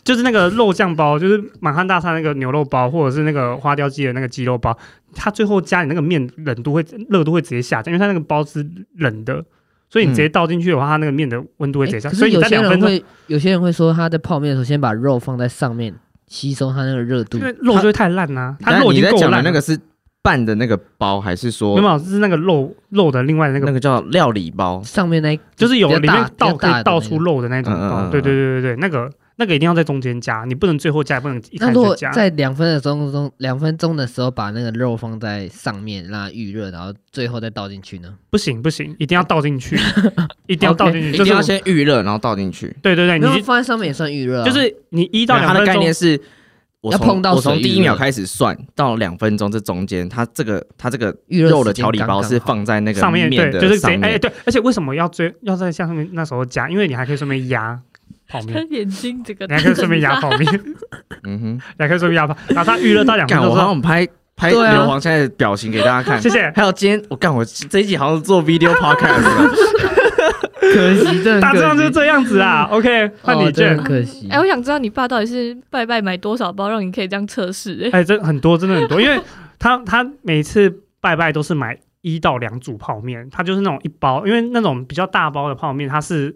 S1: 就是那个肉酱包，就是满汉大餐那个牛肉包，或者是那个花雕鸡的那个鸡肉包，它最后加你那个面冷度会热度会直接下降，因为它那个包是冷的，所以你直接倒进去的话，它那个面的温度会直接
S4: 嗯哎
S1: 下
S4: 可
S1: 降，所以
S4: 是
S1: 你
S4: 有
S1: 在
S4: 些
S1: 两
S4: 人
S1: 分钟，
S4: 会，有些人会说他在泡面的时候先把肉放在上面，吸收它那个热度
S1: 因。为肉就会太烂呐、它
S2: 但
S1: 肉已
S2: 你
S1: 经
S2: 在
S1: 够
S2: 讲的
S1: 烂
S2: 那
S1: 了
S2: 个是拌的那个包，还是说
S1: 没有，是那个肉肉的另外那
S2: 那
S1: 个，
S2: 个叫料理包？
S4: 上面那一
S1: 就是有
S4: 比较
S1: 里
S4: 大
S1: 面倒
S4: 比较
S1: 可
S4: 大
S1: 以
S4: 的
S1: 倒
S4: 那
S1: 出
S4: 个
S1: 肉的那种
S2: 嗯嗯
S1: 包
S2: 嗯，
S1: 对对对对对，那个那个一定要在中间加，你不能最后加，也不能一
S4: 那
S1: 开
S4: 如
S1: 始
S4: 果
S1: 加。
S4: 在两分钟中两分钟的时候把那个肉放在上面让它预热，然后最后再倒进去呢？
S1: 不行不行，一定要倒进 去，一定要倒进去，
S2: 一
S1: 就
S2: 定
S1: 是
S2: 要
S1: 我
S2: 先预热，然后倒进去。
S1: 对对对，
S4: 那
S1: 哎你
S4: 放在上面也算预热啊，
S1: 就是你一到
S2: 没有
S1: 两
S2: 它的
S1: 分
S2: 概念
S1: 钟，
S2: 是，我
S4: 要
S2: 从
S4: 碰到
S2: 我从
S4: 水
S2: 第一
S4: 预热
S2: 秒开始算到两分钟这中间，它这个它这个
S4: 预热
S2: 肉的
S4: 时间
S2: 调理包
S4: 刚
S2: 是
S4: 刚好
S2: 放在那个
S1: 上面对，
S2: 的
S1: 就是
S2: 上
S1: 谁哎
S2: 面。
S1: 对，而且为什么要追要在下面那时候加？因为你还可以顺便压泡
S3: 他
S1: 面，
S3: 眼睛这个
S1: 你还可以顺便压泡面，
S2: 嗯
S1: 你还可以顺便压泡，然后它预热到两
S2: 哼，
S1: 分
S2: 干
S1: 钟
S2: 我
S1: 之
S2: 好
S1: 后，
S2: 想拍拍
S4: 对啊
S2: 刘皇现在的表情给大家看
S1: 谢。谢。
S2: 还有今天我干我这一集好像做 video podcast 了
S4: 可惜，真的
S1: 打
S4: 很
S1: 这样
S4: 可
S1: 就
S4: 惜。
S1: 这样子啊，OK，换
S4: 哦
S1: 你
S4: 真的
S1: 卷
S4: 很。可惜
S3: 哎、。我想知道你爸到底是拜拜买多少包，让 你可以这样测试、哎，
S1: 哎、这很多，真的很多，因为他他每次拜拜都是买一到两组泡面，它就是那种一包，因为那种比较大包的泡面，它是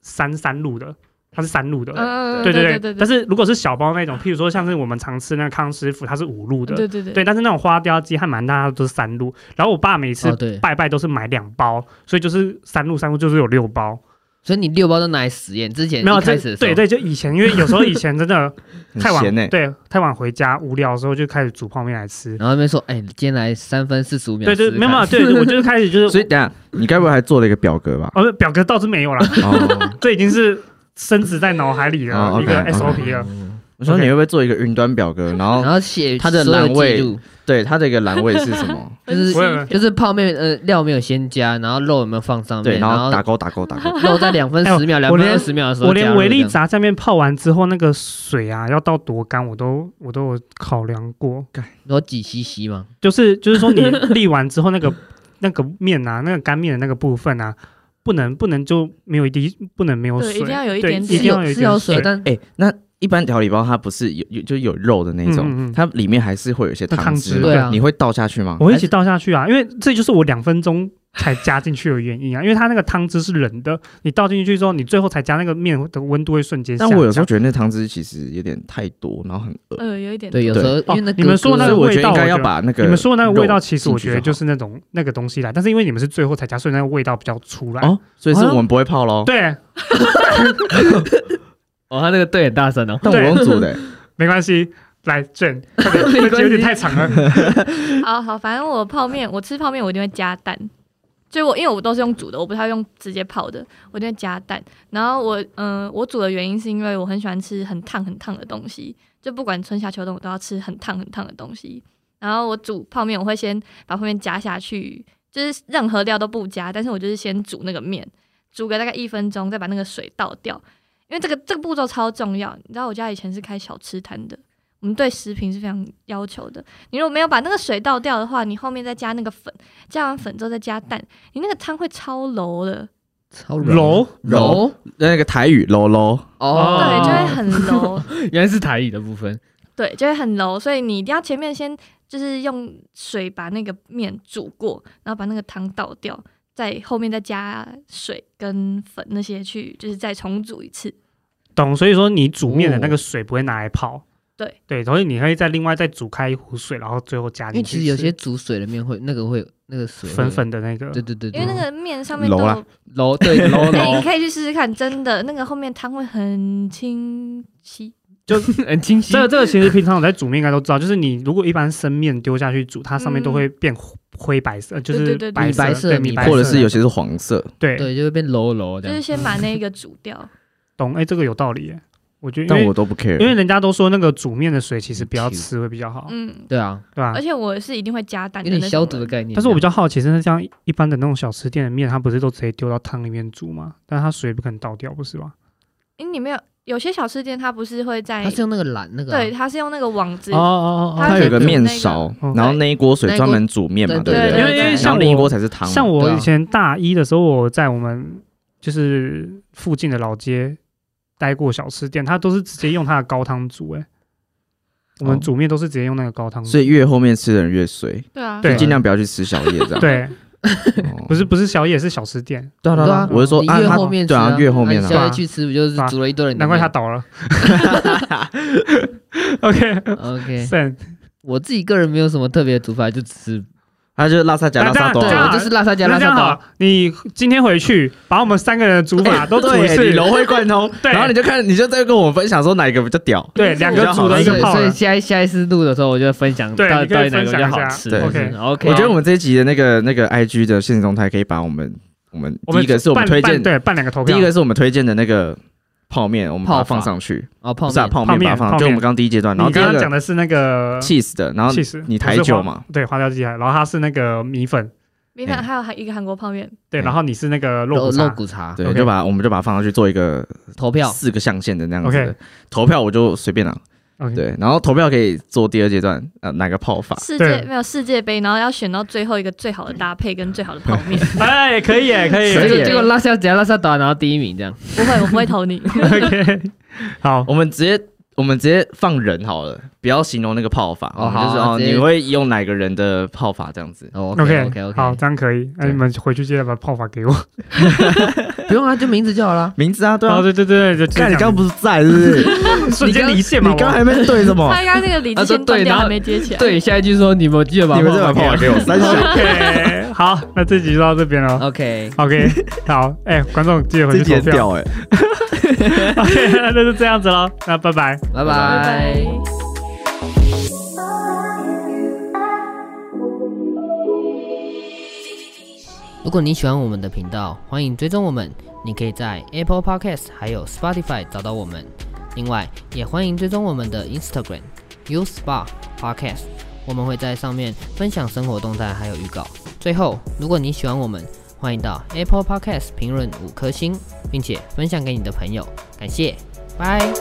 S1: 三三路的，它是三路的。
S3: 嗯，
S1: 对
S3: 对
S1: 对
S3: 对
S1: 但是如果是小包那种，譬如说像是我们常吃那个康师傅，它是五路的，
S3: 嗯对对对
S1: 对，但是那种花雕鸡和蛮大都是三路，然后我爸每次
S4: 哦对，
S1: 拜拜都是买两包，所以就是三路三路就是有六包，
S4: 所以你六包都拿来实验，之前
S1: 没有
S4: 一
S1: 这
S4: 开始的时候
S1: 对对，就以前因为有时候以前真 的
S2: 很
S1: 太晚
S2: 咸欸
S1: 对太晚回家无聊的时候就开始煮泡面来吃，
S4: 然后那边说，哎、今天来三分四十五秒
S1: 对
S4: 试试
S1: 对，
S4: 看，
S1: 没有没有， 对我就是开始 就是，？
S2: 所以等一下你该不会还做了一个表 格吧
S1: 哦表格倒是没有啦，
S2: 哦，
S1: 这已经是深植在脑海里
S2: 哦
S1: 的一个
S2: ，OK，OK
S1: SOP 了。
S4: 嗯
S2: 我说
S1: OK
S2: 你会不会做一个云端表格，然后
S4: 然后写
S2: 它的
S4: 所有
S2: 栏位
S4: 记录
S2: 对它的一个栏位是什 么？
S4: 就是
S1: 不会不会
S4: 就是泡面呃料没有先加，然后肉有没有放上
S2: 对，
S4: 面，
S2: 然
S4: 然
S2: 后打勾打勾打 勾。
S4: 肉在两分
S1: 哎呦
S4: 十秒、两
S1: 我
S4: 分
S1: 连
S4: 二十秒的时候
S1: 我连
S4: 加入
S1: 维力
S4: 这样
S1: 炸酱面泡完之后，那个水啊要到多干，我都我都有考量过。
S4: 你说几 CC 吗？
S1: 就是就是说，你沥完之后，那个那个面啊，那个干面的那个部分啊，不能不能就没有一滴，不能没有
S3: 对
S1: 水，
S3: 一定要有一点
S1: 对一
S3: 点
S1: 定要有一
S4: 是
S1: 点
S4: 有水，但
S2: 哎、那一般调理包它不是有有就有肉的那种，
S1: 嗯嗯嗯
S2: 它里面还是会有一些
S1: 那
S2: 汤
S1: 汤
S2: 汁
S1: 汁
S2: 嘛，
S4: 对啊
S2: 你会倒下去吗？
S1: 我会一起倒下去啊，因为这就是我两分钟才加进去的原因啊，因为它那个汤汁是冷的，你倒进去之后，你最后才加那个面的温度会瞬间下
S2: 但
S1: 降。
S2: 我有时候觉得那汤汁其实有点太多，然后很恶
S3: 呃，有一点
S4: 对有
S3: 多
S4: 时候
S1: 哦
S4: 因为那
S1: 你们说那
S2: 所以
S1: 个
S2: 我
S1: 味
S2: 觉得
S1: 道，
S2: 应该要
S1: 我觉得
S2: 把那个
S1: 你们说的那个味道，
S2: 肉
S1: 其实我觉得
S2: 进去就
S1: 就是那种那个东西来，但是因为你们是最后才加，所以那个味道比较出来。
S2: 好哦，所以是我们不会泡喽。
S1: 啊对，
S4: 哦他那个对很大声哦，
S2: 但我用煮 的、
S1: 没关系，来正，快 点这集有点太长了。
S3: 好好，反正我泡面，我吃泡面我一定会加蛋，就我因为我都是用煮的，我不太会用直接泡的，我一定会加蛋。然后我嗯、我煮的原因是因为我很喜欢吃很烫很烫的东西，就不管春夏秋冬我都要吃很烫很烫的东西。然后我煮泡面，我会先把泡面加下去，就是任何料都不加，但是我就是先煮那个面，煮个大概一分钟，再把那个水倒掉。因为这个这个步骤超重要，你知道我家以前是开小吃摊的，我们对食品是非常要求的。你如果没有把那个水倒掉的话，你后面再加那个粉，加完粉之后再加蛋，你那个汤会超柔的，
S4: 超
S1: 揉
S4: 柔
S2: 那个台语喽喽，
S1: 哦
S3: 对，就会很柔，
S4: 原来是台语的部分，
S3: 对，就会很柔。所以你一定要前面先就是用水把那个面煮过，然后把那个汤倒掉，在后面再加水跟粉那些去，就是再重煮一次。
S1: 懂，所以说你煮面的
S2: 哦
S1: 那个水不会拿来泡。
S3: 对
S1: 对，所以你会再另外再煮开一壶水，然后最后加
S4: 因为
S1: 进去
S4: 其
S1: 吃。
S4: 实有些煮水的面会那个会那个水会
S1: 粉，粉的那个，
S4: 对对对，对
S3: 因为那个面上面
S2: 柔
S3: 都
S2: 啦
S3: 有，
S4: 揉对揉
S3: 哎、你
S4: 揉
S3: 可以去试试看，真的，那个后面汤会很清晰。
S4: 很清晰
S1: 这，个这个其实平常我在煮面应该都知道，就是你如果一般生面丢下去煮，它上面都会变灰灰白色，呃就
S3: 嗯对
S1: 是
S3: 对对
S1: 白
S4: 米白色
S1: 对
S4: 米
S1: 米
S4: 白
S1: 白色，
S4: 色
S2: 或者是有些是黄色，
S1: 对
S4: 对，就会变揉揉这
S3: 就
S4: 样
S3: 是。先把那个煮掉。
S1: 懂？哎，这个有道理耶，我觉得
S2: 但
S1: 因为
S2: 我都不 care，
S1: 因为人家都说那个煮面的水其实不要吃会比较好，
S3: 嗯，
S4: 对啊，
S1: 对吧
S3: 而？且我是一定会加蛋
S4: 有
S3: 的
S4: 点
S3: 那种
S4: 消毒的
S3: 人。
S4: 概念。
S1: 但是我比较好奇，是像一般的那种小吃店的面，它不是都直接丢到汤里面煮吗？但它水不可能倒掉，不是吗？
S3: 因为你没有有些小吃店，它不是会在
S4: 它是用那个蓝那个啊，
S3: 对，它是用那个网子，
S1: 哦
S3: 它
S2: 它有个面勺
S1: 那，个
S2: 然后那一锅水专门煮面嘛，
S4: 对
S2: 不
S3: 对对对因为因为
S2: 然后
S1: 像
S2: 另一
S1: 我
S2: 锅才是汤嘛。
S1: 像我
S4: 对啊
S1: 以前大一的时候，我在我们就是附近的老街待过小吃店，它都是直接用它的高汤煮、欸。我们煮面都是直接用那个高汤煮。
S2: 哦所以越后面吃的人越水，
S3: 对啊，
S1: 对
S2: 就尽量不要去吃宵夜这样。
S1: 对，
S2: 哦，
S1: 不是不是小野是小吃店，
S2: 对啊，对啊
S4: 对
S2: 对
S4: 啊
S2: 啊，我是说
S4: 你
S2: 啊，
S4: 越
S2: 他
S4: 后面
S2: 对啊，越后面
S4: 啊，
S1: 对
S4: 下
S1: 啊
S2: 啊，
S4: 来去吃不就是煮了一堆人的
S1: 难怪
S4: 面？
S1: 它倒了。OK，
S4: OK，
S1: 剩
S4: 我自己个人没有什么特别的煮法，就只是
S2: 他就是拉萨加拉萨多
S1: 对
S4: 对
S1: 啊
S2: 啊。
S4: 我就是拉萨加
S1: 那
S4: 拉
S1: 这
S4: 萨
S1: 样
S4: 多，
S1: 好，你今天回去把我们三个人的煮法
S2: 哎
S1: 都煮一
S2: 对
S1: 次
S2: 你，融会贯通，
S1: 对
S2: 然后你就看，你就再跟我分享说哪一个比较屌。
S1: 对，两个煮
S2: 我
S1: 的一
S4: 所
S1: 个
S4: 以
S1: 泡
S4: 所以
S1: 了。
S4: 下一下一次录的时候，我就会分享
S1: 对
S4: 到
S1: 你
S4: 底
S1: 可
S4: 到
S1: 以
S4: 底哪个比较好吃。嗯
S2: 分享一下
S1: 对
S4: OK，啊
S2: 我觉得我们这一集的那个那个 IG 的现实动态可以把我们我们
S1: 我
S2: 第
S1: 们
S2: 一个是我们
S1: 办
S2: 推
S1: 办
S2: 荐，
S1: 对办两个投
S2: 第
S1: 票，
S2: 一个是我们推荐的那个泡面，我们把它放上去，
S4: 哦泡
S2: 不是啊
S4: 面
S2: 泡
S1: 泡
S2: 面把它
S1: 面
S2: 放，
S1: 泡
S2: 就我们
S1: 面
S2: 刚刚第一阶段，然
S1: 啊
S2: 后
S1: 你
S2: 第
S1: 刚
S2: 二
S1: 刚讲
S2: 个
S1: 的是那个
S2: cheese 的，然后
S1: cheese，
S2: 你
S1: 台
S2: 台酒嘛，，
S1: 对，花椒鸡排，然后它是那个米粉，
S3: 米粉
S2: 哎
S3: 还有一个韩国泡面，
S1: 对，
S2: 嗯
S1: 然后你是那个肉
S4: 肉
S1: 骨茶
S4: 肉，骨茶
S2: 对，
S1: OK
S2: 就把我们就把它放上去做一个
S4: 投票，
S2: 四个象限的那样子的
S1: OK
S2: 投票，我就随便了。
S1: OK
S2: 对，然后投票可以做第二阶段，呃，哪个泡法？
S3: 世界
S1: 对
S3: 没有世界杯，然后要选到最后一个最好的搭配跟最好的泡 面。
S1: 哎，可以耶，可以
S4: 结
S1: 耶
S4: 果
S3: 以耶
S4: 结果拉萨加拉萨多拿到第一名这样。
S3: 不会，我不会投你。
S1: ，OK，好，
S2: 我们直接我们直接放人好了，不要形容那个泡法，
S4: 哦
S2: 我们就是
S4: 好
S2: 哦，
S4: 直接
S2: 你会用哪个人的泡法这样子？
S4: 哦
S1: OK
S4: OK OK，
S1: 好，这样可以。那、
S2: 对
S1: 你们回去记得把泡法给我。
S4: 不用啊，就名字就好了。
S2: 名字啊，对
S1: 哦，
S2: 啊，
S1: 对对对，就
S2: 看你刚刚
S1: 不
S2: 不是在是不是？
S1: 瞬间离线嘛？
S2: 你刚
S1: 我
S2: 还没对什么？
S3: 他刚刚那个理智
S4: 啊
S3: 先
S4: 对
S3: 断掉，
S4: 然后
S3: 还没接起来。
S4: 对，下一句说你们记得把
S2: 你们再把
S4: 号
S2: 泡
S4: 码
S2: 法给我三小，
S1: OK，好， 那这集就到这边了。
S4: OK，
S1: OK，好，哎、观众记得回
S2: 这
S1: 去投
S2: 点
S1: 票
S2: 屌。哎。
S1: OK，那就这样子喽，那拜拜。
S4: 拜拜。
S3: 拜拜。
S4: 如果你喜欢我们的频道，欢迎追踪我们。你可以在 Apple Podcast 还有 Spotify 找到我们。另外，也欢迎追踪我们的 Instagram U Spa Podcast，我们会在上面分享生活动态还有预告。最后，如果你喜欢我们，欢迎到 Apple Podcast 评论五颗星，并且分享给你的朋友。感谢，拜。